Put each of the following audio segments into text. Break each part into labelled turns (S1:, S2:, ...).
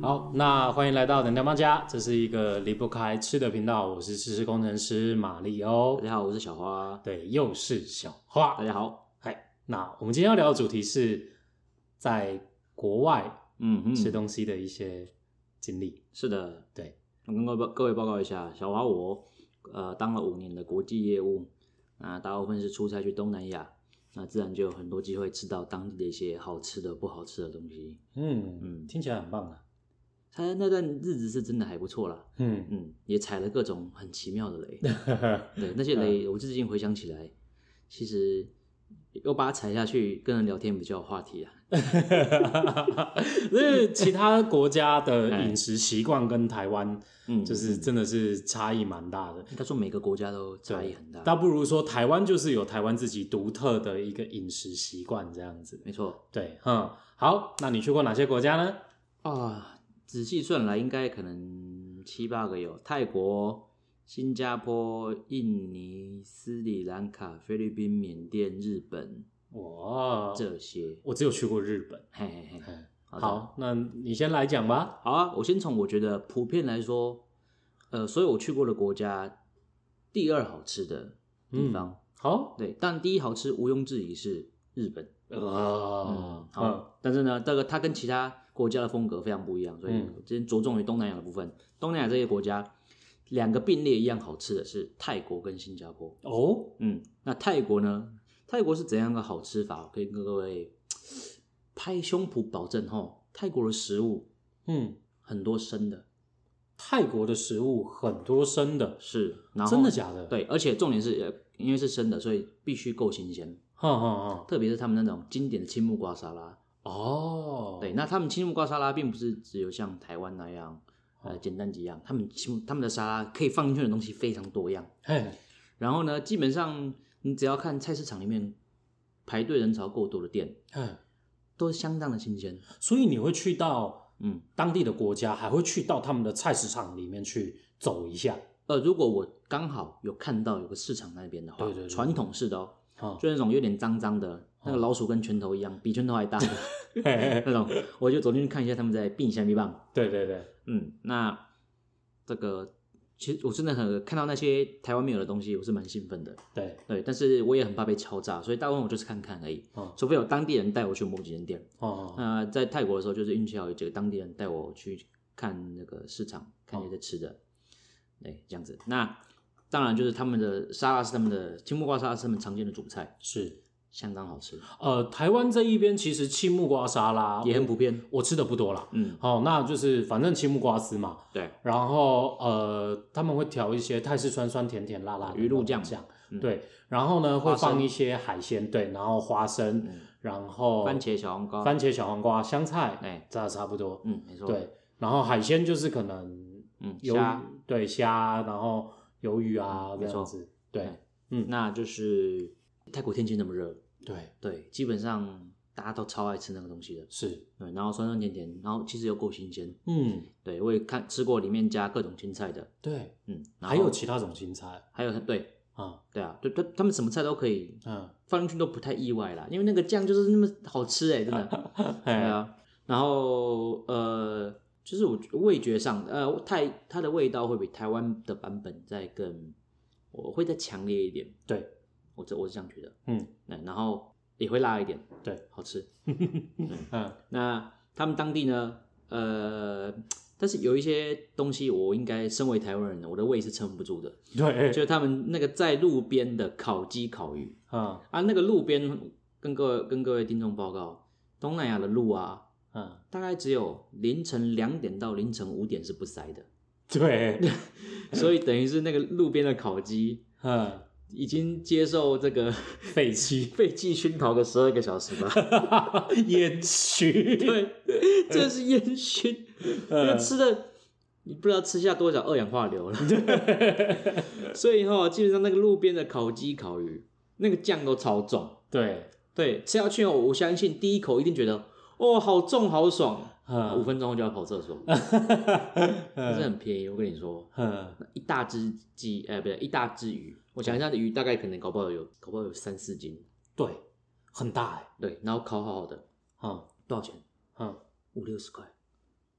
S1: 好，那欢迎来到能量帮家，这是一个离不开吃的频道，我是吃吃工程师马里欧
S2: 大，家好，我是小花。
S1: 对，又是小花
S2: 大。家好，
S1: 嗨，那我们今天要聊的主题是在国外
S2: 嗯哼，
S1: 吃东西的一些经历。
S2: 是的，
S1: 对，
S2: 我跟各位报各位报告一下，小花我呃当了五年的国际业务，那大部分是出差去东南亚，那自然就有很多机会吃到当地的一些好吃的、不好吃的东西。
S1: 嗯
S2: 嗯
S1: 听起来很棒啊。
S2: 他那段日子是真的还不错啦，
S1: 嗯，
S2: 嗯，也踩了各种很奇妙的 雷，对那些雷，我最近回想起来，其实又把它踩下去，跟人聊天比较有话题啊。
S1: 因为其他国家的饮食习惯跟台湾
S2: 嗯，
S1: 就是真的是差异蛮大的。
S2: 应该说每个国家都差异很大，
S1: 倒不如说台湾就是有台湾自己独特的一个饮食习惯这样子。
S2: 没错。
S1: 对，嗯，好，那你去过哪些国家呢？
S2: 啊，仔细算来，应该可能七八个有：泰国、新加坡、印尼、斯里兰卡、菲律宾、缅甸、日本
S1: 我
S2: 这些。
S1: 我只有去过日本。
S2: 嘿嘿嘿，
S1: 嗯，
S2: 好的
S1: 好，那你先来讲吧。
S2: 好啊！我先从我觉得普遍来说，呃，所有我去过的国家，第二好吃的地方，
S1: 好，
S2: 对，但第一好吃毋庸置疑是日本。
S1: 哦
S2: 嗯，，呃好，
S1: 嗯
S2: 但是呢，这个它跟其他国家的风格非常不一样，所以
S1: 嗯
S2: 我今天着重于东南亚的部分。东南亚这些国家，两个并列一样好吃的是泰国跟新加坡。
S1: 哦，
S2: 嗯，那泰国呢？泰国是怎样的好吃法？我可以跟各位拍胸脯保证吼，泰国的食物
S1: 嗯，
S2: 很多生的，
S1: 泰国的食物很多生的，
S2: 是，然后
S1: 真的假的？，
S2: 对，而且重点是，呃因为是生的，所以必须够新鲜。
S1: 哼哼哼，
S2: 特别是他们那种经典的青木瓜沙拉，
S1: 哦，
S2: 对，那他们青木瓜沙拉并不是只有像台湾那样，
S1: 哦
S2: 呃，简单几样。他们青木他们的沙拉可以放进去的东西非常多样。
S1: 嘿，
S2: 然后呢，基本上你只要看菜市场里面排队人潮够多的店，
S1: 嘿，
S2: 都相当的新鲜。
S1: 所以你会去到
S2: 嗯，
S1: 当地的国家，还会去到他们的菜市场里面去走一下。
S2: 呃，如果我刚好有看到有个市场那边的话，
S1: 对对哦对
S2: 传统式的哦，
S1: 哦，
S2: 就那种有点脏脏的，那个老鼠跟拳头一样，比拳头还大的
S1: 嘿嘿嘿
S2: 那种，我就走进去看一下他们在并虾米棒。
S1: 对对对，
S2: 嗯，那这个其实我真的很看到那些台湾没有的东西，我是蛮兴奋的。
S1: 对，
S2: 对，但是我也很怕被敲诈，所以大部分我就是看看而已，
S1: 哦
S2: 除非有当地人带我去某几间店。
S1: 哦，
S2: 那、在泰国的时候，就是运气好，有几个当地人带我去看那个市场，
S1: 哦
S2: 看一些在吃的，对，这样子。那当然就是他们的沙拉是他们的青木瓜沙拉是他们常见的主菜，
S1: 是，
S2: 相当好吃，
S1: 呃，台湾这一边其实青木瓜沙拉
S2: 也很普遍。
S1: 我吃的不多啦。
S2: 嗯，
S1: 哦，那就是反正青木瓜丝嘛，
S2: 对，
S1: 然后呃，他们会调一些泰式酸酸甜甜辣辣的
S2: 鱼露酱
S1: 那种酱，
S2: 嗯
S1: 对，然后呢会
S2: 花生
S1: 放一些海鲜，对，然后花生，
S2: 嗯
S1: 然后
S2: 番茄、小黄瓜，
S1: 哦番茄、小黄瓜、香菜，
S2: 哎
S1: 这差不多，
S2: 嗯，没错，，
S1: 对，然后海鲜就是可能
S2: 嗯，
S1: 鱿
S2: 虾，
S1: 鱼，对虾，然后鱿鱼啊
S2: 嗯
S1: 这
S2: 没
S1: 样
S2: 错
S1: 子，对嗯
S2: 哎那就是泰国天气那么热，
S1: 对
S2: 对，基本上大家都超爱吃那个东西的，
S1: 是，
S2: 对，然后酸酸甜甜，然后其实又够新鲜，
S1: 嗯
S2: 对我也看吃过里面加各种青菜的，
S1: 对，
S2: 嗯，然
S1: 还
S2: 后
S1: 有其他种青菜
S2: 还有很对
S1: 啊，
S2: 对啊，就他他们什么菜都可以
S1: 嗯，
S2: 放进去都不太意外啦，因为那个酱就是那么好吃哎、真的，对
S1: 哎
S2: 啊，然后呃。就是我味觉上，呃，泰它的味道会比台湾的版本再更，我会再强烈一点，
S1: 对，
S2: 我这我是这样觉得，
S1: 嗯
S2: 嗯，然后也会辣一点，
S1: 对，
S2: 好吃。
S1: 嗯
S2: 那他们当地呢，呃，但是有一些东西，我应该身为台湾人，我的胃是撑不住的。
S1: 对，
S2: 就是他们那个在路边的烤鸡、烤鱼
S1: 嗯
S2: 啊，那个路边跟各位跟各位听众报告，东南亚的路啊，
S1: 嗯，
S2: 大概只有凌晨两点到凌晨五点是不塞的，
S1: 对，
S2: 所以等于是那个路边的烤鸡
S1: 嗯，
S2: 已经接受这个
S1: 废 弃
S2: 被寄熏陶个十二个小时吧。
S1: 烟熏，
S2: 对，这是烟熏，那吃的你不知道吃下多少二氧化硫 了。所以哈、基本上那个路边的烤鸡、烤鱼，那个酱都超重。
S1: 对，
S2: 对，吃下去哦，我相信第一口一定觉得哦，好重，好爽。嗯五
S1: 嗯
S2: 分钟后就要跑厕所，但是很便宜。我跟你说，
S1: 嗯，
S2: 一大只鸡，哎、不对，一大只鱼。我想一下，鱼大概可能搞不好有，搞不好有三四斤。
S1: 对，很大哎，
S2: 对，然后烤好好的，
S1: 嗯
S2: 多少钱？
S1: 嗯，
S2: 五六十块。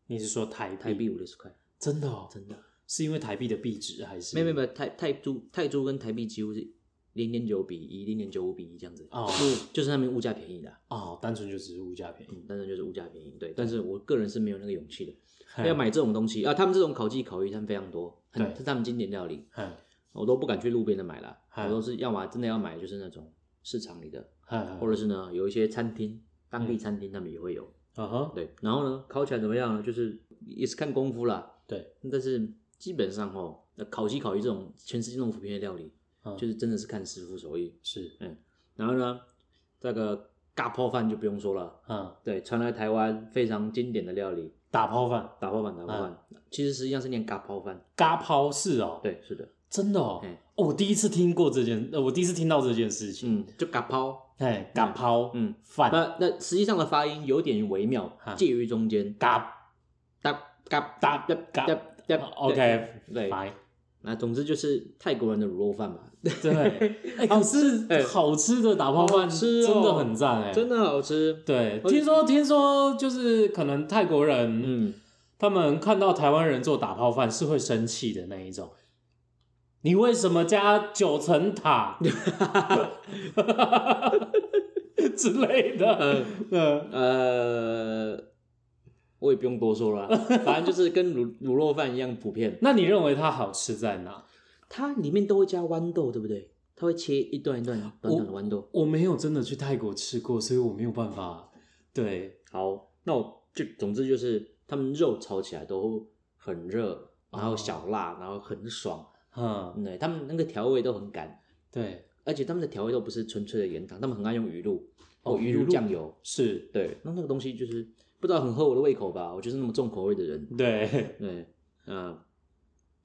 S1: 你是说台币？
S2: 台币五六十块，
S1: 真的哦，
S2: 真的。
S1: 是因为台币的币值还是？
S2: 没有没有没有，泰泰铢泰铢跟台币几乎是零点九比一，零点九五比一这样子，
S1: 哦
S2: 就是就是他们物价便宜的啊，
S1: 哦，单纯就只是物价便宜，
S2: 嗯，但是就是物价便宜，对。但是我个人是没有那个勇气的，
S1: 嘿
S2: 要买这种东西啊，他们这种烤鸡烤鱼他们非常多，很
S1: 哎对
S2: 是他们经典料理，
S1: 嗯
S2: 我都不敢去路边的买啦，
S1: 嗨
S2: 我都是要么真的要买就是那种市场里的，
S1: 嗯，
S2: 或者是呢有一些餐厅，当地餐厅他们也会有，
S1: 嗯哼，
S2: 对。然后呢，烤起来怎么样呢？就是也是看功夫啦，
S1: 对，
S2: 但是基本上哦，那烤鸡烤鱼这种全世界那种普遍的料
S1: 嗯
S2: 理。就是真的是看师傅手艺。
S1: 是，
S2: 然后呢，这个嘎泡饭就不用说了，
S1: 嗯，
S2: 对，传来台湾非常经典的料理，
S1: 打抛饭，
S2: 打泡饭，打泡饭，其实实际上是念嘎泡饭，
S1: 嘎抛是哦，，
S2: 对，是的，
S1: 真的哦
S2: 嘿，
S1: 哦我第一次听过这件，呃，我第一次听到这件事情，
S2: 嗯嗯，就嘎泡，
S1: 哎，嘎抛，
S2: 嗯，
S1: 饭，
S2: 那那实际上的发音有点微妙
S1: 嗯，
S2: 介于中间，
S1: 嘎
S2: 嘎嘎
S1: 嘎嘎
S2: 嘎嘎
S1: ，OK，
S2: 哦对，
S1: 来，
S2: 那总之就是泰国人的卤肉饭嘛，
S1: 真的 欸，哎，可
S2: 哎
S1: 是好吃的打抛饭
S2: 好吃哦
S1: 真的很赞哎，
S2: 真的好吃，
S1: 对，听说听说就是可能泰国人，
S2: 嗯，
S1: 他们看到台湾人做打泡饭是会生气的那一种。你为什么加九层塔 之类的？嗯，
S2: 呃，我也不用多说 了啊，反正就是跟卤卤肉饭一样普遍。
S1: 那你认为它好吃在哪？
S2: 它里面都会加豌豆，对不对？它会切一段一段短短的豌豆。
S1: 我没有真的去泰国吃过，所以我没有办法。对，
S2: 好，那我就总之就是他们肉炒起来都很热，然后小辣，然后很爽。
S1: 嗯，
S2: 对，他们那个调味都很赶，
S1: 对，
S2: 而且他们的调味都不是纯粹的盐糖，他们很爱用鱼露
S1: 哦
S2: 鱼
S1: 鱼
S2: 露
S1: 露
S2: 酱油。
S1: 是，
S2: 对，那那个东西就是不知道很合我的胃口吧？我就是那么重口味的人。
S1: 对，
S2: 对，嗯，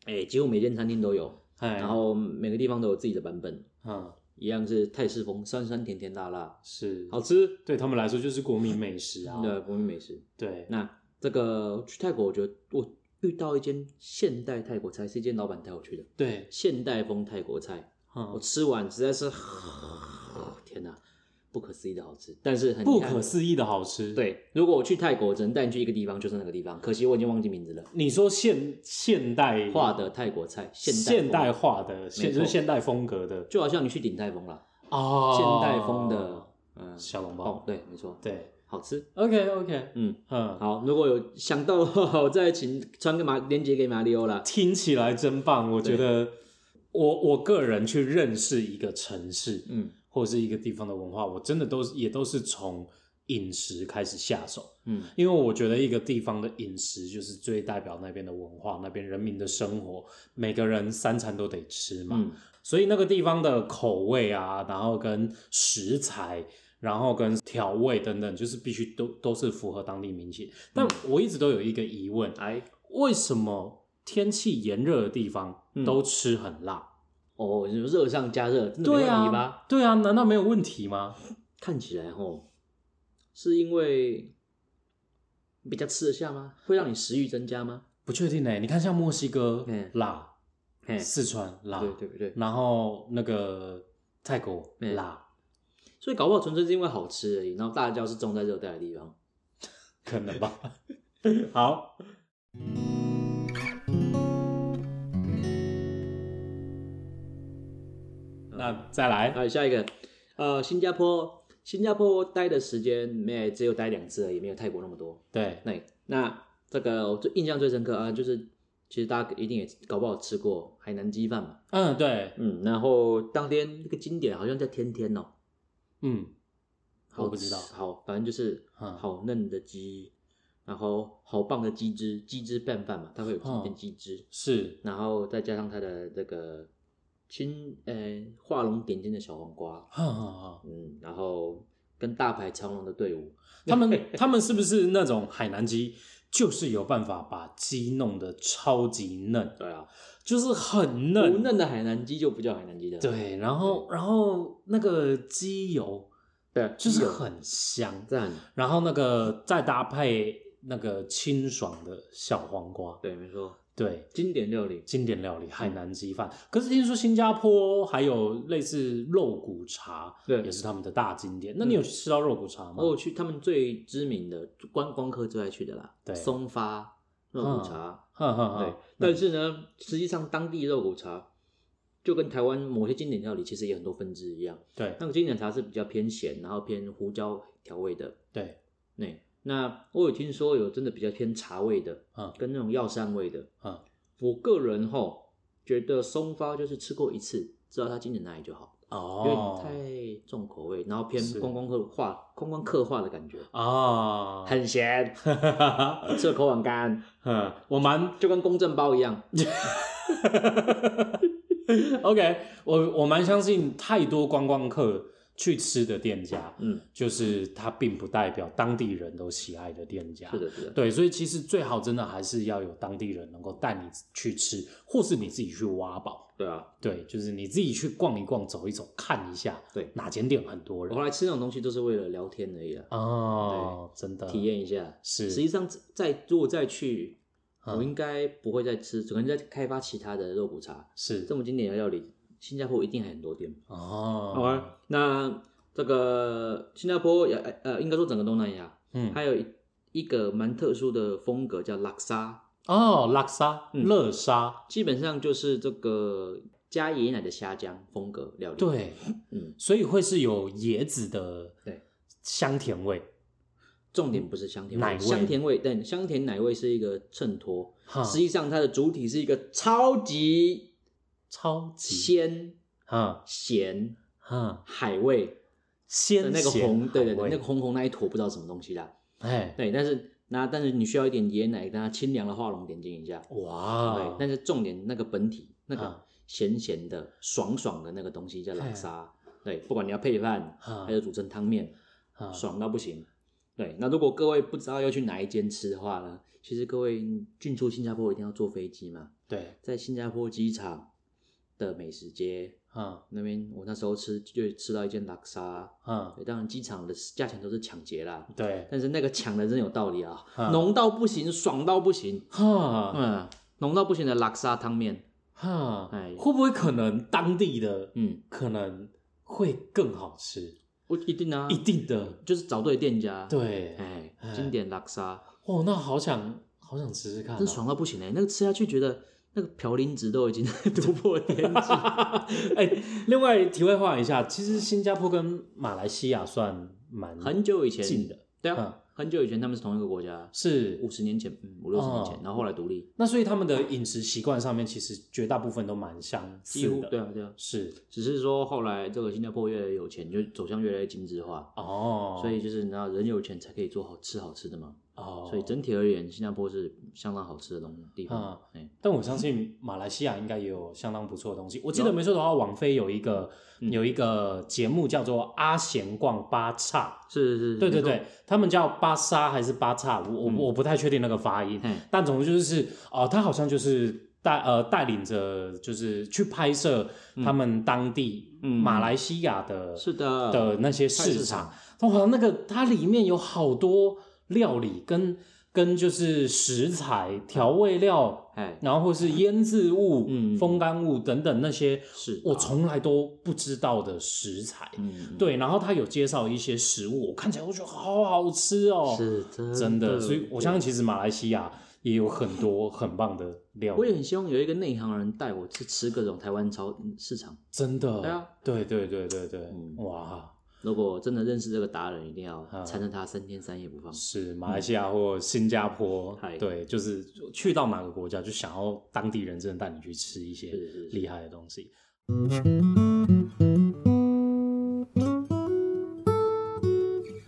S2: 哎，几乎每间餐厅都有，
S1: 哎，
S2: 然后每个地方都有自己的版本，
S1: 嗯，
S2: 一样是泰式风，酸酸甜甜辣辣，
S1: 是，
S2: 好吃。哦
S1: 对他们来说就是国民美食啊。
S2: 对，国民美食。
S1: 对，
S2: 那这个去泰国，我觉得我遇到一间现代泰国菜，是一间老板带我去的
S1: 对，
S2: 现代风泰国菜，我
S1: 嗯，
S2: 吃完实在是，天哪，不可思议的好吃，但是很
S1: 不
S2: 遗憾
S1: 可。思议的好吃。，
S2: 对，如果我去泰国，我只能带你去一个地方，就是那个地方。可惜我已经忘记名字了。
S1: 你说现现代
S2: 化的泰国菜，现代
S1: 现
S2: 风
S1: 代化的，现
S2: 错
S1: 就是现代风格的
S2: 就好像你去鼎泰丰啦，
S1: 哦
S2: 现代风的嗯
S1: 小笼
S2: 哦
S1: 包，。
S2: 对，没错，
S1: 对
S2: 好吃。
S1: ，OK OK，
S2: 嗯，
S1: 嗯，
S2: 好，如果有想到的话，我再请传给马连接给马里欧啦。
S1: 听起来真棒。我觉得我我个人去认识一个城市
S2: 嗯
S1: 或者是一个地方的文化，我真的都是也都是从饮食开始下手。
S2: 嗯
S1: 因为我觉得一个地方的饮食就是最代表那边的文化，那边人民的生活，每个人三餐都得吃嘛。
S2: 嗯
S1: 所以那个地方的口味啊，然后跟食材，然后跟调味等等，就是必须都都是符合当地民情。但我一直都有一个疑问，啊
S2: 哎
S1: 为什么天气炎热的地方
S2: 嗯
S1: 都吃很辣？
S2: 哦，你说热上加热，真的没问
S1: 对
S2: 题吧？
S1: 啊，对啊，难道没有问题吗？
S2: 看起来哦，是因为比较吃得下吗？会让你食欲增加吗？
S1: 不确定呢、你看像墨西哥、
S2: 嗯
S1: 辣，
S2: 嘿，
S1: 四川辣，
S2: 对对不对？
S1: 然后那个泰国
S2: 嗯
S1: 辣，
S2: 所以搞不好纯粹是因为好吃而已，然后辣椒是种在热带的地方。
S1: 可能 吧。好，
S2: 嗯
S1: 那再来，
S2: 还有下一个，呃，新加坡，新加坡待的时间没只有待两次而已，没有泰国那么多。
S1: 对，
S2: 那那这个我最印象最深刻啊，就是其实大家一定也搞不好吃过海南鸡饭嘛，
S1: 嗯，对，
S2: 嗯，然后当天那个经典好像叫天天哦，
S1: 嗯，
S2: 好
S1: 我不知道
S2: 好，反正就是
S1: 嗯
S2: 好嫩的鸡，然后好棒的鸡汁，鸡汁拌饭嘛，它会有几片
S1: 嗯
S2: 鸡汁，
S1: 是，
S2: 然后再加上它的这个青呃画龙点睛的小黄瓜，
S1: 哼哼哼
S2: 嗯，然后跟大排长龙的队伍，
S1: 他 们他们是不是那种海南鸡，就是有办法把鸡弄得超级嫩，
S2: 对啊，
S1: 就是很
S2: 不
S1: 嫩，
S2: 嫩的海南鸡就不叫海南鸡了，
S1: 对，然后然后那个鸡油
S2: 对，
S1: 就是
S2: 有
S1: 很香，
S2: 赞，
S1: 然后那个再搭配那个清爽的小黄瓜，
S2: 对，没错，
S1: 对，
S2: 经典料理，
S1: 经典料理海
S2: 嗯
S1: 南鸡饭。可是听说新加坡还有类似肉骨茶，
S2: 对
S1: 也是他们的大经典。那你有去吃到肉骨茶吗？
S2: 嗯我有去他们最知名的观光客最爱去的啦，
S1: 对嗯
S2: 松发肉骨茶，
S1: 哼哼
S2: 对
S1: 哼，。
S2: 但是呢，实际上当地肉骨茶就跟台湾某些经典料理其实也很多分支一样，
S1: 对
S2: 那个经典茶是比较偏咸，然后偏胡椒调味的。
S1: 对，
S2: 那、那我有听说有真的比较偏茶味的，
S1: 嗯
S2: 跟那种药膳味的。
S1: 嗯，
S2: 我个人吼觉得松发就是吃过一次，知道它经典哪里就好，因为
S1: 哦，
S2: 太重口味，然后偏
S1: 是
S2: 观光客化、观光客化的感觉，
S1: 啊，
S2: 很咸，
S1: 哈哈哈，
S2: 吃了口很干，
S1: 嗯，我蛮
S2: 就跟公正包一样。
S1: OK，我我蛮相信太多观光客去吃的店家，
S2: 嗯，
S1: 就是它并不代表当地人都喜爱的店家。
S2: 是，的，是的，
S1: 对，所以其实最好真的还是要有当地人能够带你去吃，或是你自己去挖宝。
S2: 对啊。
S1: 对，就是你自己去逛一逛、走一走、看一下，
S2: 对
S1: 哪间店很多
S2: 我
S1: 人
S2: 后来吃那种东西都是为了聊天而已啦，啊
S1: 哦，真的
S2: 体验一下。
S1: 是
S2: 实际上在，在如果再去，
S1: 嗯
S2: 我应该不会再吃，可能在开发其他的肉骨茶。
S1: 是
S2: 这么经典的料理，新加坡一定还很多店。
S1: 哦，
S2: 好啊，那这个新加坡也呃，应该说整个东南亚，
S1: 嗯，
S2: 还有一一个蛮特殊的风格叫拉沙，
S1: 哦，拉沙、
S2: 嗯
S1: 乐沙，
S2: 基本上就是这个加椰奶的虾浆风格料理。，
S1: 对，
S2: 嗯，
S1: 所以会是有椰子的
S2: 对
S1: 香甜味。
S2: 重点不是香甜
S1: 奶味
S2: 香甜味，但香甜奶味是一个衬托，
S1: 哈
S2: 实际上它的主体是一个超级
S1: 超级
S2: 鲜
S1: 哈
S2: 咸
S1: 哈
S2: 海味的
S1: 鲜
S2: 那个
S1: 咸
S2: 红，对对
S1: 海
S2: 对，
S1: 味
S2: 那个红红那一坨不知道什么东西啦。
S1: 哎
S2: 对，但是那但是你需要一点椰奶，让它清凉的画龙点睛一下。对
S1: 哇，
S2: 但是重点那个本体那
S1: 嗯
S2: 个咸咸的、爽爽的那个东西叫
S1: 嘿
S2: 拉沙。对，不管你要配饭
S1: 嗯
S2: 还是煮成汤面，
S1: 啊
S2: 爽到不行。对，那如果各位不知道要去哪一间吃的话呢，其实各位进出新加坡一定要坐飞机嘛，
S1: 对
S2: 在新加坡机场的美食街
S1: 啊
S2: 那边，我那时候吃就吃到一间拉沙。
S1: 啊
S2: 对，当然机场的价钱都是抢劫啦，
S1: 对
S2: 但是那个抢的真有道理啊
S1: 嗯，
S2: 浓到不行，爽到不行，
S1: 哈
S2: 嗯，浓到不行的拉沙汤面，
S1: 哈
S2: 哎，
S1: 会不会可能当地的
S2: 嗯，
S1: 可能会更好吃？
S2: 我一定啊，
S1: 一定的，
S2: 就是找对店家，，
S1: 对
S2: 哎
S1: 哎，
S2: 经典拉沙，
S1: 哦，那好想好想试试看哦，
S2: 真爽到不行哎，那个吃下去觉得那个嘌呤值都已经 突破天 际，
S1: 哎，另外题外话一下，其实新加坡跟马来西亚算蛮
S2: 很久以前
S1: 近的，
S2: 对
S1: 嗯
S2: 啊，很久以前他们是同一个国家，
S1: 是
S2: 五十年前，嗯，五六十年
S1: 哦
S2: 前，然后后来独立，
S1: 那所以他们的饮食习惯上面，其实绝大部分都蛮相
S2: 几
S1: 似
S2: 乎
S1: 的。
S2: 对啊对啊，
S1: 是
S2: 只是说后来这个新加坡越来越有钱，就走向越来越精致化，
S1: 哦，
S2: 所以就是你知道人有钱才可以做好吃好吃的嘛。
S1: 哦，
S2: 所以整体而言，新加坡是相当好吃的东地方。嗯，
S1: 但我相信马来西亚应该也有相当不错的东西。我记得没错的话，王菲有一个、
S2: 嗯
S1: 有一个节目叫做《阿贤逛八岔》，
S2: 是是是，
S1: 对对
S2: 嗯没错，
S1: 对，他们叫巴沙还是巴岔，我我、
S2: 嗯
S1: 我不太确定那个发音，
S2: 嘿
S1: 但总之就是哦、呃他好像就是带呃带领着就是去拍摄他们当地
S2: 嗯
S1: 马来西亚的、
S2: 是的
S1: 的那些
S2: 嗯菜市
S1: 市场，哇，那个它里面有好多料理跟跟就是食材调味料。
S2: 哎，
S1: 然后或是腌制物、
S2: 嗯啊
S1: 风干物等等那些，
S2: 是
S1: 我
S2: 的
S1: 从来都不知道的食材，
S2: 嗯，
S1: 对，然后他有介绍一些食物，我看起来我觉得好好吃哦，
S2: 是的
S1: 真的，所以我相信其实马来西亚也有很多很棒的料
S2: 我也
S1: 理，
S2: 很希望有一个内行人带我去吃各种台湾超市场。
S1: 真的，
S2: 对啊，
S1: 对对对对对
S2: 嗯
S1: 哇，
S2: 如果真的认识这个达人，一定要
S1: 嗯
S2: 缠着他三天三夜不放。
S1: 是马来西亚或新加坡，
S2: 嗯嗨
S1: 对，就是去到哪个国家就想要当地人真的带你去吃一些
S2: 是是是
S1: 厉害的东西。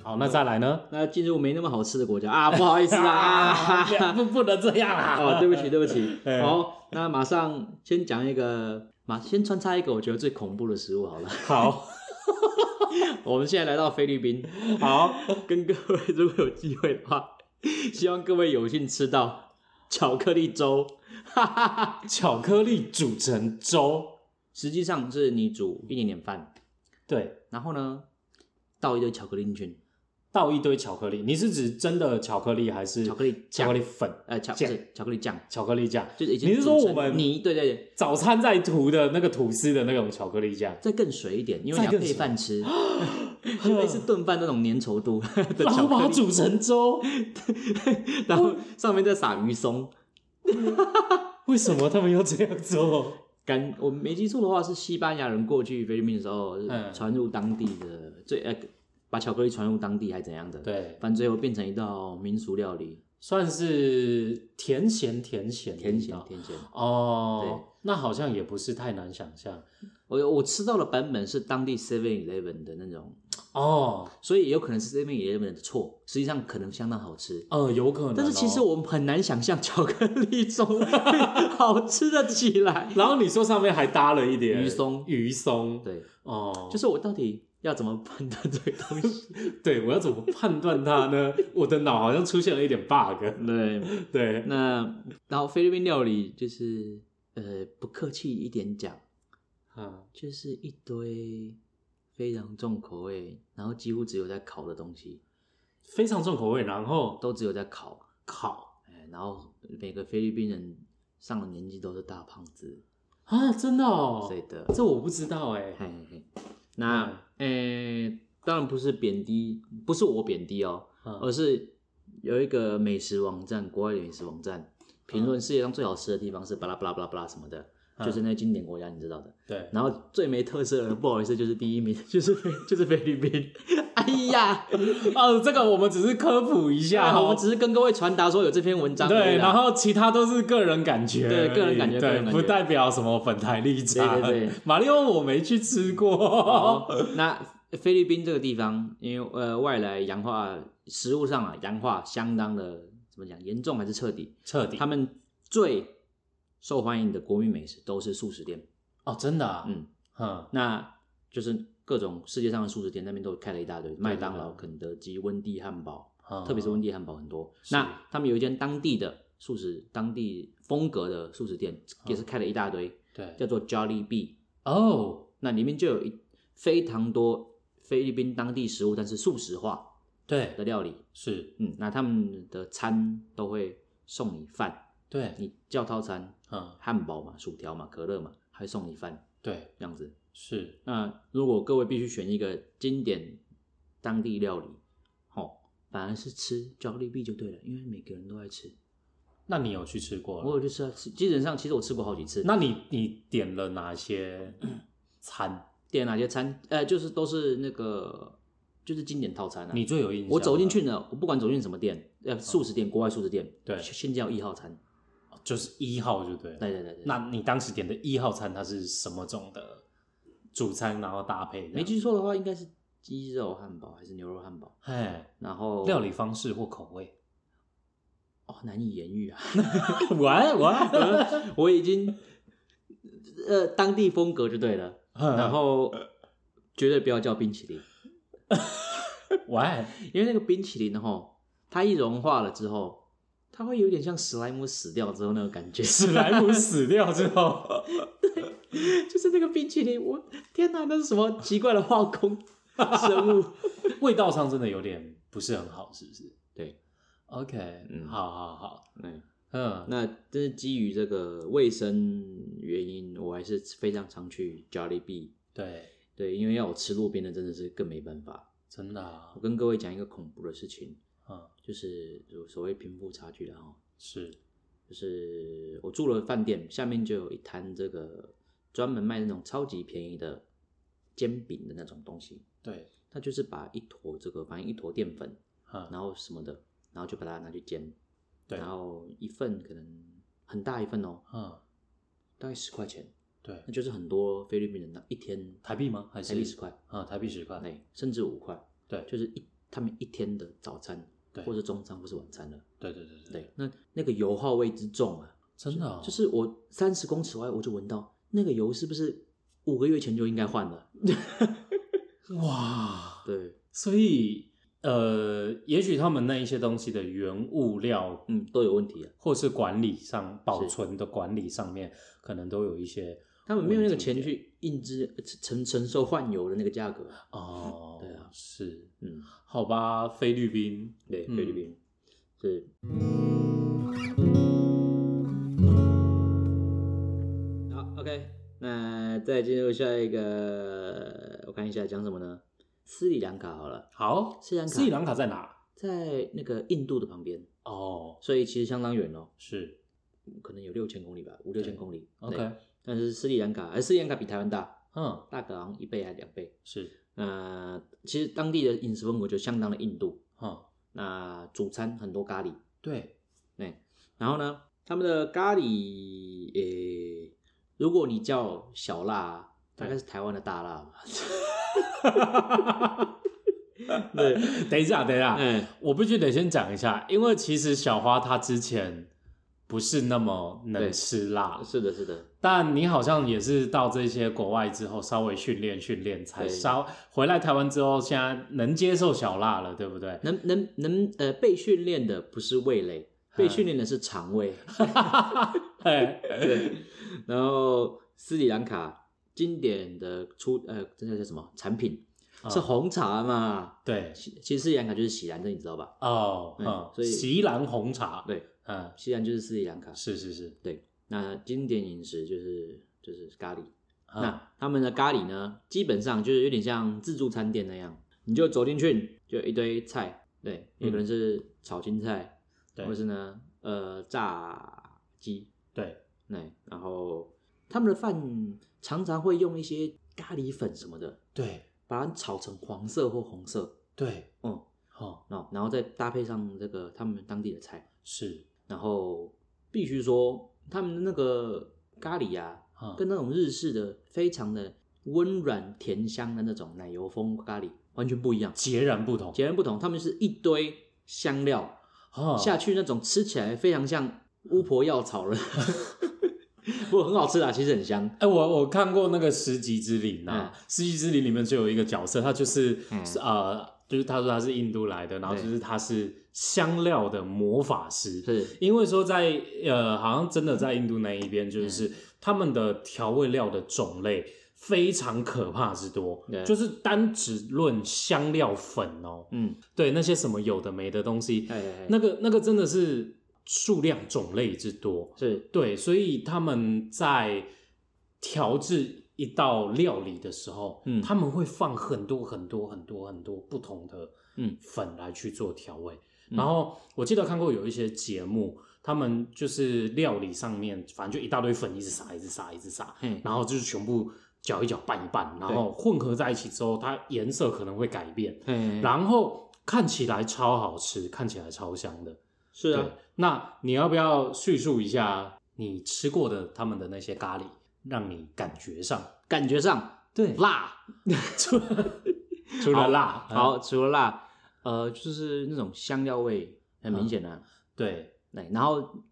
S1: 好，那再来呢？
S2: 那进入没那么好吃的国家啊，不好意思啊，哈哈
S1: 不不能这样啦！。
S2: 哦，对不起，对不起
S1: 哎
S2: 好，那马上先讲一个，马先穿插一个我觉得最恐怖的食物好了。
S1: 好
S2: 我们现在来到菲律宾，
S1: 好，
S2: 跟各位如果有机会的话， 希望各位有幸吃到巧克力粥。 哈哈哈，
S1: 巧克力煮成粥，
S2: 实际上是你煮一点点饭，
S1: 对，
S2: 然后呢，倒一堆巧克力进去，
S1: 倒一堆巧克力，你是指真的巧克力还是
S2: 巧克力酱
S1: 巧克力粉、
S2: 呃，巧
S1: 酱
S2: 不是巧克力酱，
S1: 巧克力酱？
S2: 就是已经
S1: 你是说
S2: 煮成
S1: 我们
S2: 泥？对对对，
S1: 早餐在涂的那个吐司的那种巧克力酱，
S2: 再更水一点，因为
S1: 再
S2: 你要
S1: 更
S2: 配
S1: 水
S2: 饭吃，就类似炖饭那种粘 稠度的
S1: 然后
S2: 巧
S1: 把
S2: 克
S1: 它
S2: 力，
S1: 煮成粥。
S2: 然后上面再撒鱼松。
S1: 为什么他们要这样做？
S2: 感我没记错的话，是西班牙人过去菲律宾的时候
S1: 嗯
S2: 传入当地的最呃，把巧克力传入当地还怎样的？，
S1: 对，
S2: 反正最后变成一道民俗料理，
S1: 算是甜咸甜咸的
S2: 甜
S1: 味
S2: 咸
S1: 道
S2: 甜咸。
S1: 哦。那好像也不是太难想象
S2: 我我吃到的版本是当地 Seven Eleven 的那种，
S1: 哦。
S2: 所以有可能是 Seven Eleven 的错，实际上可能相当好吃。
S1: 呃，有可能、哦。
S2: 但是其实，我们很难想象巧克力 中好吃的起来。
S1: 然后你说上面还搭了一点
S2: 鱼松
S1: 鱼松，
S2: 对，
S1: 哦，
S2: 就是我到底要怎么判断这个东西？
S1: 对，我要怎么判断它呢？我的脑好像出现了一点 bug。
S2: 对，
S1: 对，
S2: 那然后菲律宾料理就是呃不客气一点讲，
S1: 嗯，
S2: 就是一堆非常重口味，然后几乎只有在烤的东西，
S1: 非常重口味，然后
S2: 都只有在烤。
S1: 烤
S2: 哎，然后每个菲律宾人上了年纪都是大胖子，
S1: 啊，真的哦
S2: 对，的。
S1: 这我不知道哎、
S2: 嘿嘿嘿，那呃当然不是贬低，不是我贬低哦，而
S1: 嗯
S2: 是有一个美食网站，国外的美食网站评论世界上最好吃的地方是巴拉巴拉巴拉巴拉什么的，
S1: 嗯
S2: 就是那经典国家你知道的。
S1: 对，
S2: 然后最没特色的，不好意思，就是第一名，就是菲就是菲律宾。哎 呀，
S1: 哦，这个我们只是科普一下
S2: 我
S1: 哦
S2: 们。只是跟各位传达说有这篇文章而已啦。
S1: 对，然后其他都是个人感觉而已，
S2: 啊对个人感觉个
S1: 对
S2: 人，感觉
S1: 不代表什么本台立场。
S2: 对对对，
S1: 马里奥我没去吃过。
S2: 好哦那菲律宾这个地方，因为呃外来洋化，食物上啊洋化相当的怎么讲严重还是彻底？
S1: 彻底
S2: 他们最受欢迎的国民美食都是素食店，
S1: 哦，真的、啊，
S2: 嗯，
S1: 嗯，
S2: 那就是各种世界上的素食店那边都开了一大堆，麦当劳、
S1: 对
S2: 肯德基、温蒂汉堡，
S1: 嗯
S2: 特别是温蒂汉堡很多。
S1: 是
S2: 那他们有一间当地的素食、当地风格的素食店，
S1: 嗯
S2: 也是开了一大堆，
S1: 对，
S2: 叫做 Jolly Bee。
S1: 哦，
S2: 那里面就有一非常多菲律宾当地食物，但是素食化
S1: 对，
S2: 的料理。
S1: 是，
S2: 嗯，那他们的餐都会送你饭，
S1: 对，
S2: 你叫套餐，
S1: 嗯，
S2: 汉堡嘛、薯条嘛、可乐嘛，还送你饭
S1: 对，
S2: 这样子。
S1: 是，
S2: 那如果各位必须选一个经典当地料理，哦，反而是吃巧克力币就对了，因为每个人都爱吃。
S1: 那你有去吃过
S2: 我
S1: 了？
S2: 有去吃啊，吃基本上其实我吃过好几次。
S1: 那你你点了哪些餐？
S2: 点哪些餐？呃，就是都是那个就是经典套餐啊。
S1: 你最有印象？
S2: 我走进去，呢，我不管走进什么店，呃，素食店、国外素食店，
S1: 哦对
S2: 先叫一号餐。
S1: 就是一号，就对了。
S2: 对对对对。
S1: 那你当时点的一号餐它是什么种的主餐，然后搭配？
S2: 没，记错的话，应该是鸡肉汉堡还是牛肉汉堡？
S1: 哎，
S2: 然后
S1: 料理方式或口味？
S2: 哦，难以言喻啊。
S1: 喂喂，
S2: 我已经呃当地风格就对了，然后绝对不要叫冰淇淋，
S1: 喂，
S2: 因为那个冰淇淋哈，它一融化了之后，它会有点像史莱姆死掉之后那个感觉，
S1: 史莱姆死掉之后，
S2: 就是那个冰淇淋，我天哪，那是什么奇怪的化工生物？
S1: 味道上真的有点不是很好，是不是
S2: 对，
S1: ？OK，
S2: 嗯
S1: 好好好，
S2: 嗯，
S1: 嗯，
S2: 那但是基于这个卫生原因，我还是非常常去 Jollibee。
S1: 对，
S2: 对，因为要我吃路边的真的是更没办法。
S1: 真的、啊
S2: 我，跟各位讲一个恐怖的事情，
S1: 嗯，
S2: 就是所谓贫富差距了哈。
S1: 是，
S2: 就是我住了饭店，下面就有一摊这个专门卖那种超级便宜的煎饼的那种东西，
S1: 对，
S2: 它就是把一坨这个反正一坨淀粉，
S1: 嗯，
S2: 然后什么的，然后就把它拿去煎，
S1: 对
S2: 然，后一份可能很大一份哦，
S1: 嗯，
S2: 大概十块钱，
S1: 对
S2: 那，就是很多菲律宾人那一天
S1: 台币吗？还是
S2: 台币十块，
S1: 啊，台币十块，
S2: 对，甚至五块，
S1: 对
S2: 就是一他们一天的早餐，
S1: 对
S2: 或是中餐或是晚餐了，
S1: 对对对
S2: 对，，那那个油耗味之重啊，
S1: 真的、哦，
S2: 就是我三十公尺外我就闻到那个油是不是五个月前就应该换了？
S1: 哇，
S2: 对，
S1: 所以呃，也许他们那一些东西的原物料
S2: 嗯，都有问题啊。
S1: 或是管理上保
S2: 是
S1: 存的管理上面，可能都有一些
S2: 他们没有那个钱
S1: 稳定
S2: 去印支承承受换油的那个价格。
S1: 哦，
S2: 对啊，
S1: 是，
S2: 嗯，
S1: 好吧，菲律宾，
S2: 对，
S1: 嗯
S2: 菲律宾，对，好，OK，那再进入下一个，我看一下讲什么呢？斯里兰卡好了，
S1: 好，
S2: 斯里兰卡
S1: 斯里兰卡在哪？
S2: 在那个印度的旁边，
S1: 哦，
S2: 所以其实相当远哦，
S1: 是
S2: 可能有六千公里吧，五六千公里。
S1: ，OK，
S2: 对但是斯里兰卡，而呃斯里兰卡比台湾大，
S1: 嗯，
S2: 大个好像一倍还两倍。
S1: 是，
S2: 那其实当地的饮食风格就相当的印度，
S1: 嗯，
S2: 那主餐很多咖喱，
S1: 对，
S2: 然后呢，他们的咖喱，诶、如果你叫小辣，
S1: 对
S2: 大概是台湾的大辣吧。对，
S1: 等一下，等一下，
S2: 哎，
S1: 我必须得先讲一下，因为其实小花她之前不是那么能
S2: 对
S1: 吃辣，
S2: 是的，是的，
S1: 但你好像也是到这些国外之后稍微训练训练，才
S2: 对
S1: 稍回来台湾之后，现在能接受小辣了，对不对？
S2: 能能能，呃，被训练的不是味蕾，
S1: 嗯
S2: 被训练的是肠胃。
S1: 哎，
S2: 对，然后斯里兰卡经典的出，呃，这叫叫什么产品？
S1: 嗯
S2: 是红茶嘛？
S1: 对
S2: 其其实斯里兰卡就是喜兰这你知道吧？
S1: 哦，
S2: 嗯
S1: 嗯，
S2: 所以
S1: 席兰红茶，
S2: 对，
S1: 嗯，
S2: 西兰就是斯里兰卡。
S1: 是是是，
S2: 那经典饮食就是就是咖喱。
S1: 嗯
S2: 那他们的咖喱呢，基本上就是有点像自助餐店那样，你就走进去就一堆菜，对，有可能是炒青菜，
S1: 对
S2: 或是呢呃炸鸡，
S1: 对，
S2: 对，然后他们的饭常常会用一些咖喱粉什么的，
S1: 对
S2: 把它炒成黄色或红色，
S1: 对，
S2: 嗯，
S1: 哦，
S2: 哦，然后再搭配上这个他们当地的菜，
S1: 是，
S2: 然后必须说他们的那个咖喱啊，
S1: 嗯，
S2: 跟那种日式的非常的温软甜香的那种奶油风咖喱完全不一样，
S1: 截然不同，
S2: 截然不同。他们是一堆香料、
S1: 哦
S2: 下去，那种吃起来非常像巫婆药草 了，不过很好吃啦，其实很香。
S1: 哎、我我看过那个《十级之灵》啊，十级之灵》里面就有一个角色，他就是、
S2: 嗯
S1: 是呃，就是他说他是印度来的，然后
S2: 对
S1: 就是他是香料的魔法师。
S2: 是，
S1: 因为说在呃，好像真的在印度那一边，
S2: 嗯
S1: 就是他们的调味料的种类非常可怕之多，
S2: 对
S1: 就是单只论香料粉哦，
S2: 嗯，
S1: 对那些什么有的没的东西，
S2: 哎哎，
S1: 嗯那个那个真的是数量种类之多，
S2: 是
S1: 对，所以他们在调制一道料理的时候，
S2: 嗯
S1: 他们会放很多很多很多很多不同的
S2: 嗯
S1: 粉来去做调味。
S2: 嗯
S1: 然后我记得看过有一些节目，他们就是料理上面，反正就一大堆粉一直撒，一直撒，一直撒，
S2: 嘿，
S1: 然后就是全部搅一搅拌一拌，然后混合在一起之后，它颜色可能会改变，
S2: 嘿，
S1: 然后看起来超好吃，看起来超香的。
S2: 是
S1: 对，
S2: 啊，
S1: 那你要不要叙述一下你吃过的他们的那些咖喱，让你感觉 上
S2: 感觉上
S1: 对
S2: 辣，
S1: 除除了辣，嗯
S2: 好，除了辣，呃，就是那种香料味很明显啊，
S1: 对，
S2: 对，然后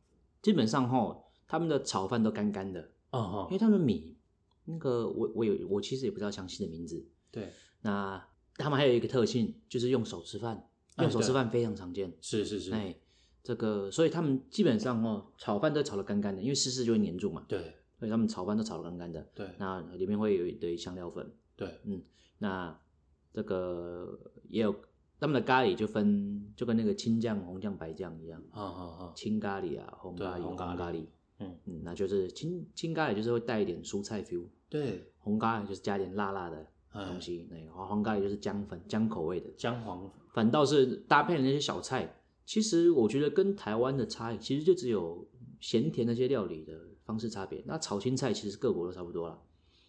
S2: 基本上吼，他们的炒饭都干干的，
S1: 嗯
S2: 因
S1: 哼，
S2: 为他们米那个我我有我其实也不知道详细的名字。
S1: 对，
S2: 那他们还有一个特性就是用手吃饭，
S1: 哎
S2: 用手吃饭非常常见。
S1: 是是是，
S2: 哎，这个所以他们基本上哦，炒饭都炒得干干的，因为湿湿就会粘住嘛，
S1: 对
S2: 所以他们炒饭都炒得干干的。
S1: 对
S2: 那里面会有一堆香料粉，嗯
S1: 对，
S2: 那这个也有他们的咖喱就分就跟那个青酱、红酱、白酱一样。
S1: 嗯嗯嗯，
S2: 青咖喱啊，红
S1: 对
S2: 咖喱，
S1: 红咖喱
S2: 喱，
S1: 嗯
S2: 嗯，那就是青青咖喱就是会带一点蔬菜 feel，
S1: 对，
S2: 红咖喱就是加点辣辣的
S1: 哎
S2: 东西，那黄黄咖喱就是姜粉姜口味的，
S1: 姜黄，
S2: 反倒是搭配的那些小菜，其实我觉得跟台湾的差异其实就只有咸甜那些料理的方式差别。那炒青菜其实各国都差不多啦，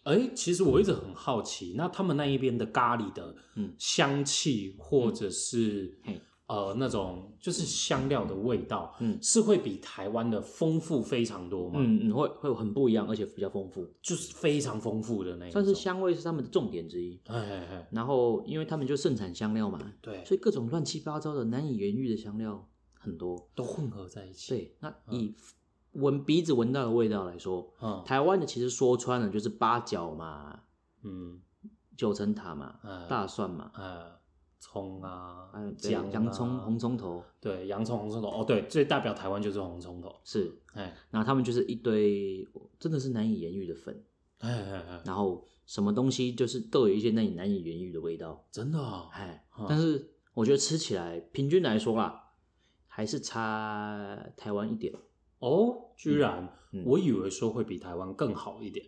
S1: 哎，其实我一直很好奇，那他们那一边的咖喱的
S2: 嗯
S1: 香气或者是
S2: 嘿
S1: 呃那种就是香料的味道，
S2: 嗯
S1: 是会比台湾的丰富非常多吗？
S2: 嗯嗯，会会很不一样，而且比较丰富，
S1: 就是非常丰富的那一种，
S2: 算是香味是他们的重点之一。
S1: 哎哎哎，
S2: 然后因为他们就盛产香料嘛，
S1: 对，
S2: 所以各种乱七八糟的难以言喻的香料很多。
S1: 都混合在一起。，
S2: 对，那以闻鼻子闻到的味道来说，
S1: 嗯
S2: 台湾的其实说穿了就是八角嘛、
S1: 嗯，
S2: 九层塔嘛、
S1: 呃
S2: 大蒜嘛、
S1: 呃，葱啊
S2: 还有，对
S1: 姜啊
S2: 洋葱、红，葱头
S1: 对，洋葱、红葱头。哦，对，最代表台湾就是红葱头。
S2: 是，
S1: 哎，
S2: 然后他们就是一堆真的是难以言喻的粉，
S1: 哎哎哎，
S2: 然后什么东西就是都有一些那你难以言喻的味道，
S1: 真的哦，
S2: 哎
S1: 嗯，
S2: 但是我觉得吃起来平均来说啦，还是差台湾一点，
S1: 哦，居然，
S2: 嗯
S1: 我以为说会比台湾更好一点。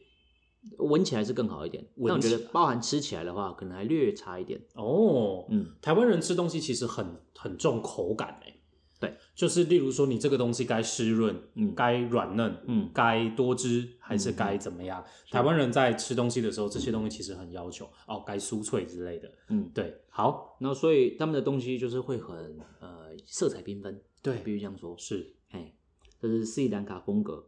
S2: 闻起来是更好一点，但我
S1: 闻起
S2: 觉
S1: 来
S2: 得包含吃起来的话，可能还略差一点，
S1: 哦，
S2: 嗯，
S1: 台湾人吃东西其实很很重口感诶。
S2: 对，
S1: 就是例如说你这个东西该湿润，
S2: 嗯
S1: 该软嫩，
S2: 嗯
S1: 该多汁，还是
S2: 嗯
S1: 该怎么样？台湾人在吃东西的时候，这些东西其实很要求哦，该酥脆之类的。
S2: 嗯，
S1: 对，好，
S2: 那所以他们的东西就是会很呃色彩缤纷，必
S1: 对，
S2: 须这样说，
S1: 是，
S2: 哎，这是斯里兰卡风格。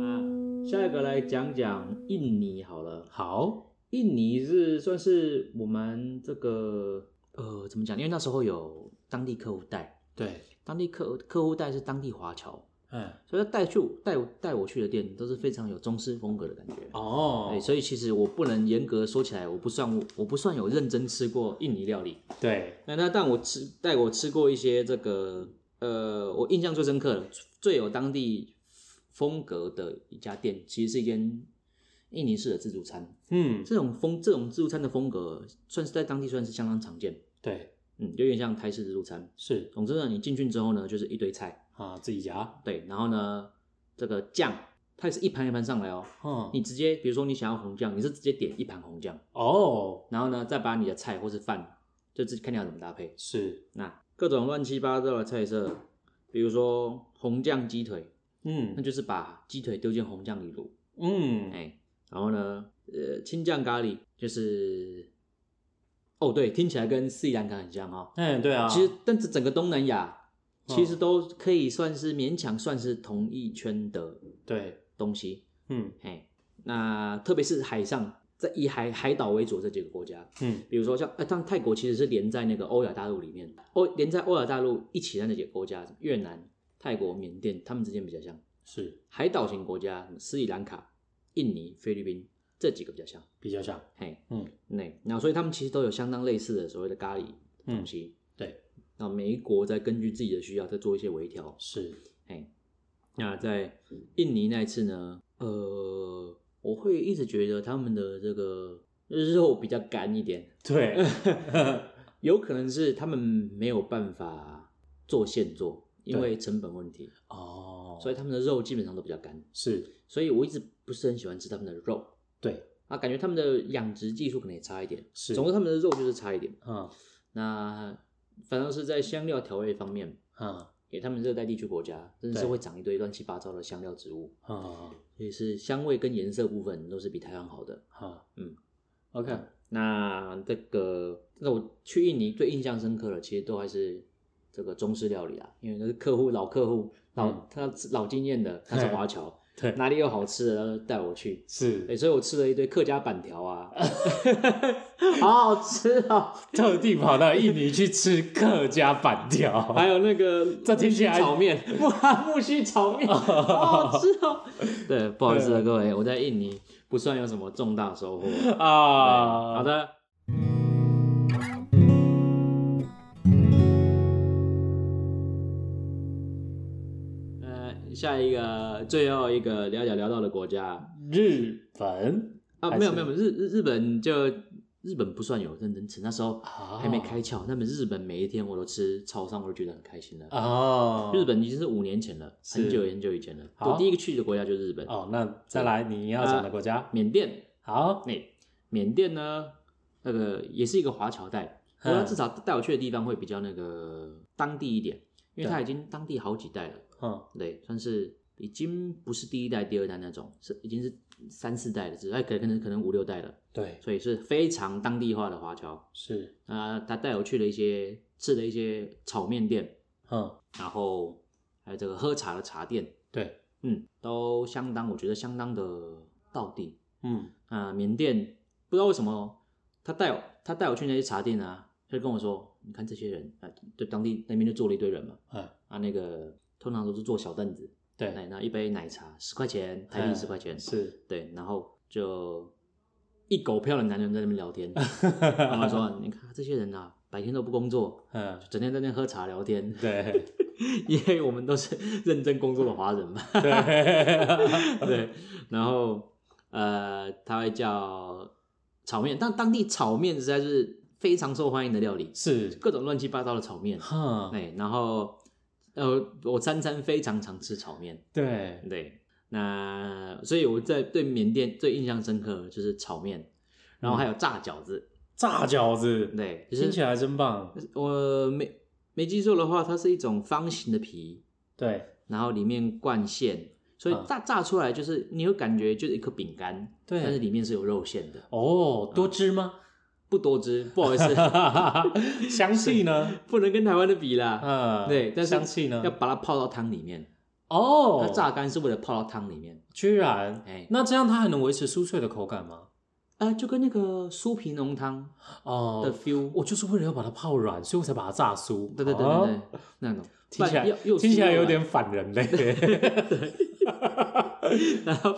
S2: 啊，下一个来讲讲印尼好了。
S1: 好，
S2: 印尼是算是我们这个呃怎么讲？因为那时候有当地客户带，
S1: 对，
S2: 当地客客户带是当地华侨，
S1: 嗯，
S2: 所以他带去带我带我去的店都是非常有中式风格的感觉。
S1: 哦
S2: 对，，所以其实我不能严格说起来，我不算我不算有认真吃过印尼料理，
S1: 对，
S2: 那那但我吃带我吃过一些这个呃，我印象最深刻的、最有当地风格的一家店，其实是一间印尼式的自助餐。
S1: 嗯，
S2: 这种风这种自助餐的风格，算是在当地算是相当常见。
S1: 对，
S2: 嗯，有点像台式自助餐。
S1: 是
S2: 总之呢，你进去之后呢，就是一堆菜，
S1: 啊，自己夹，
S2: 对，然后呢，这个酱它也是一盘一盘上来哦。
S1: 嗯，
S2: 你直接，比如说你想要红酱，你是直接点一盘红酱，
S1: 哦，
S2: 然后呢，再把你的菜或是饭，就自己看你要怎么搭配。
S1: 是，
S2: 那各种乱七八糟的菜色，比如说红酱鸡腿，那
S1: 嗯
S2: 就是把鸡腿丢进红酱里卤，哎、
S1: 嗯，
S2: 然后呢，呃，青酱咖喱就是，哦，对，听起来跟斯里兰卡很像哦。
S1: 哎，对啊，
S2: 其实，但是整个东南亚
S1: 嗯
S2: 其实都可以算是勉强算是同一圈的
S1: 对，
S2: 东西，
S1: 嗯
S2: 哎、那特别是海上，在以海海岛为主的这几个国家，
S1: 嗯，
S2: 比如说像呃，像泰国其实是连在那个欧亚大陆里面，欧连在欧亚大陆一起的那几个国家，越南、泰国、缅甸，他们之间比较像。
S1: 是
S2: 海岛型国家，什么斯里兰卡、印尼、菲律宾这几个比较像。
S1: 比较像，
S2: 嘿，
S1: 嗯，
S2: 那那所以他们其实都有相当类似的所谓的咖喱
S1: 嗯
S2: 东，西。
S1: 对，
S2: 那每一国再根据自己的需要再做一些微调。
S1: 是，
S2: 嘿，那在印尼那一次呢，呃，我会一直觉得他们的这个肉比较干 一点。
S1: 对，
S2: 有可能是他们没有办法做现做，因为成本问题，
S1: 哦，
S2: 所以他们的肉基本上都比较干。
S1: 是，
S2: 所以我一直不是很喜欢吃他们的肉
S1: 对，
S2: 啊，感觉他们的养殖技术可能也差一点。
S1: 是
S2: 总之他们的肉就是差一点。
S1: 嗯
S2: 那反正是在香料调味方面，
S1: 嗯
S2: 给他们热带地区国家真的是
S1: 对
S2: 会长一堆乱七八糟的香料植物，
S1: 嗯
S2: 所以是香味跟颜色部分都是比台湾好的。
S1: 嗯
S2: 嗯
S1: ，OK，
S2: 那这个，那我去印尼最印象深刻的，其实都还是这个中式料理啊，因为那是客户老客户老、
S1: 嗯
S2: 他老经验的，他是华侨，
S1: 对，
S2: 哪里有好吃的他就带我去，哎，
S1: 是
S2: 所以我吃了一堆客家板条 啊，好好吃啊、
S1: 特地跑到印尼去吃客家板 条， 啊
S2: 还有那个
S1: 这听起来
S2: 木须炒面，木啊木须炒面，好好吃哦。 对，不好意思啊，各位，我在印尼不算有什么重大收获。
S1: 啊，
S2: 好，的。 呃，下一个最后一个聊聊聊到的国家
S1: 日本
S2: 啊，
S1: 还
S2: 没有
S1: 是
S2: 没有，日日日本就日本不算有认真吃，那时候
S1: 啊
S2: 还没开窍。那么日本每一天我都吃超商，我都觉得很开心了。
S1: 哦，
S2: 日本已经是五年前了，
S1: 是
S2: 很久很久以前了。
S1: 好
S2: 我第一个去的国家就是日本，
S1: 哦，那再来你要讲的国家，
S2: 缅甸。
S1: 好，
S2: 那、哎缅甸呢，那个也是一个华侨带，不
S1: 嗯
S2: 过他至少带我去的地方会比较那个当地一点，因为他已经当地好几代了，
S1: 嗯
S2: 对，算是已经不是第一代、第二代那种，是已经是三四代了，只哎可可能可能五六代了，
S1: 对，
S2: 所以是非常当地化的华侨。
S1: 是，
S2: 那、他带我去了一些吃的一些炒面店，
S1: 嗯
S2: 然后还有这个喝茶的茶店，
S1: 对，
S2: 嗯，都相当，我觉得相当的到地。
S1: 嗯
S2: 啊，缅甸不知道为什么哦，他带我他带我去那些茶店啊，他就跟我说，你看这些人，啊，对当地那边就坐了一堆人嘛，
S1: 嗯
S2: 啊，那个通常都是坐小凳子，哎，
S1: 对，
S2: 那一杯奶茶十块钱，台币
S1: 嗯
S2: 十块钱，
S1: 是，
S2: 对，然后就一狗票的男人在那边聊天，他们说，你看这些人啊，白天都不工作，
S1: 嗯
S2: 整天在那边喝茶聊天，
S1: 对，
S2: 因为我们都是认真工作的华人嘛。
S1: 对，
S2: 对，然后呃，他会叫炒面，但当地炒面实在是非常受欢迎的料理，
S1: 是，
S2: 各种乱七八糟的炒
S1: 哦
S2: 面。
S1: 哈，
S2: 对，然后呃，我三餐非常常吃炒面。
S1: 对，
S2: 对，那所以我在对缅甸最印象深刻的就是炒面，然后还有炸饺子。
S1: 炸饺子，
S2: 对，就
S1: 听
S2: 是
S1: 起来真棒。
S2: 我没没记错的话，它是一种方形的皮，
S1: 对，
S2: 然后里面灌馅，所以
S1: 嗯
S2: 炸炸出来就是你有感觉就是一颗饼干，
S1: 对
S2: 但是里面是有肉馅的，
S1: 哦，多汁吗？，
S2: 不多汁，不好意思
S1: 香气呢？
S2: 不能跟台湾的比啦，
S1: 嗯，
S2: 对但是
S1: 香气呢
S2: 要？把它泡到汤里面，它
S1: 哦，
S2: 榨干是为了泡到汤里面，
S1: 居然，
S2: 哎，
S1: 那这样它还能维持酥脆的口感吗？
S2: 啊，就跟那个酥皮浓汤的
S1: 哦，
S2: feel，
S1: 我就是为了要把它泡软，所以我才把它炸酥。
S2: 对对对
S1: 哦
S2: 对对，那种
S1: 听起
S2: 不然
S1: 来
S2: 又又
S1: 听起来
S2: 酥又
S1: 有
S2: 软
S1: 点反人 类。
S2: 然后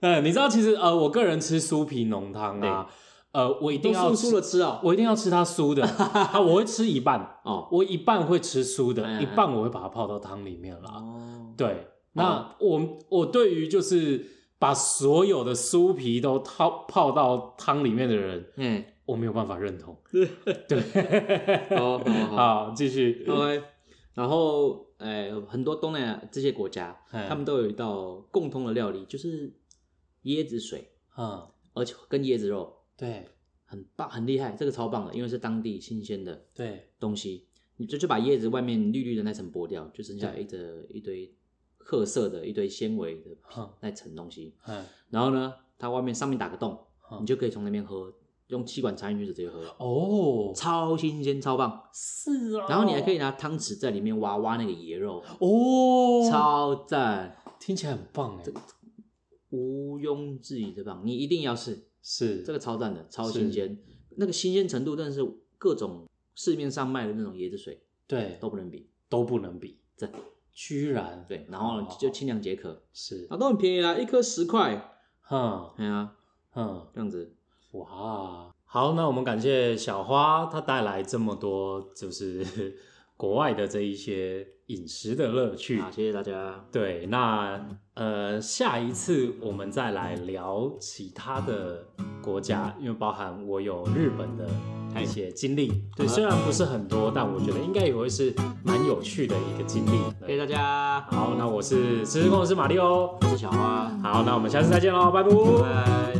S1: 嗯，你知道其实呃，我个人吃酥皮浓汤啊，呃，我一定
S2: 都
S1: 要
S2: 酥
S1: 吃
S2: 酥的吃哦，
S1: 我一定要吃它酥 的啊，我会吃一半，
S2: 哦
S1: 我一半会吃酥
S2: 嗯
S1: 的，
S2: 嗯
S1: 一半我会把它泡到汤里面啦。
S2: 哦，
S1: 对，那我我对于就是把所有的酥皮都泡泡到汤里面的人，
S2: 哎，
S1: 我没有办法认同。
S2: 好好好。
S1: 好，继续，
S2: OK，然后哎，很多东南亚这些国家，
S1: 哎
S2: 他们都有一道共通的料理，就是椰子水，
S1: 嗯，
S2: 而且跟椰子肉
S1: 对
S2: 很棒，很厉害，这个超棒的，因为是当地新鲜的
S1: 对，
S2: 东西，你就就把椰子外面绿绿的那层剥掉，就剩下
S1: 对
S2: 一的一堆褐色的一堆纤维的
S1: 哼
S2: 那层东西，
S1: 嗯，
S2: 然后呢，它外面上面打个洞，
S1: 嗯
S2: 你就可以从那边喝，用气管插进去就直接喝，
S1: 哦，
S2: 超新鲜，超棒。
S1: 是啊，
S2: 然后你还可以拿汤匙在里面挖挖那个椰肉，
S1: 哦，
S2: 超赞，
S1: 听起来很棒哎，
S2: 毋庸置疑的棒，你一定要试，
S1: 是
S2: 这个超赞的，超
S1: 是
S2: 新鲜，那个新鲜程度真的是各种市面上卖的那种椰子水
S1: 对
S2: 都不能比，
S1: 都不能比，
S2: 赞，
S1: 居然
S2: 对，然后呢
S1: 哦
S2: 就清凉解渴，
S1: 是
S2: 啊，都很便宜啦，一颗十块，
S1: 哼
S2: 哎呀，
S1: 哼。
S2: 这样子，
S1: 哇，好，那我们感谢小花，她带来这么多就是 国外的这一些饮食的乐趣。
S2: 好，谢谢大家，
S1: 对，那呃，下一次我们再来聊其他的国家，因为包含我有日本的一些经历。对，
S2: 好的
S1: 虽然不是很多，但我觉得应该也会是蛮有趣的一个经历。
S2: 谢谢大家，
S1: 好，那我是吃吃控，我是马里欧。
S2: 我是小花，
S1: 好，那我们下次再见喽，拜
S2: 拜
S1: 拜。
S2: 拜。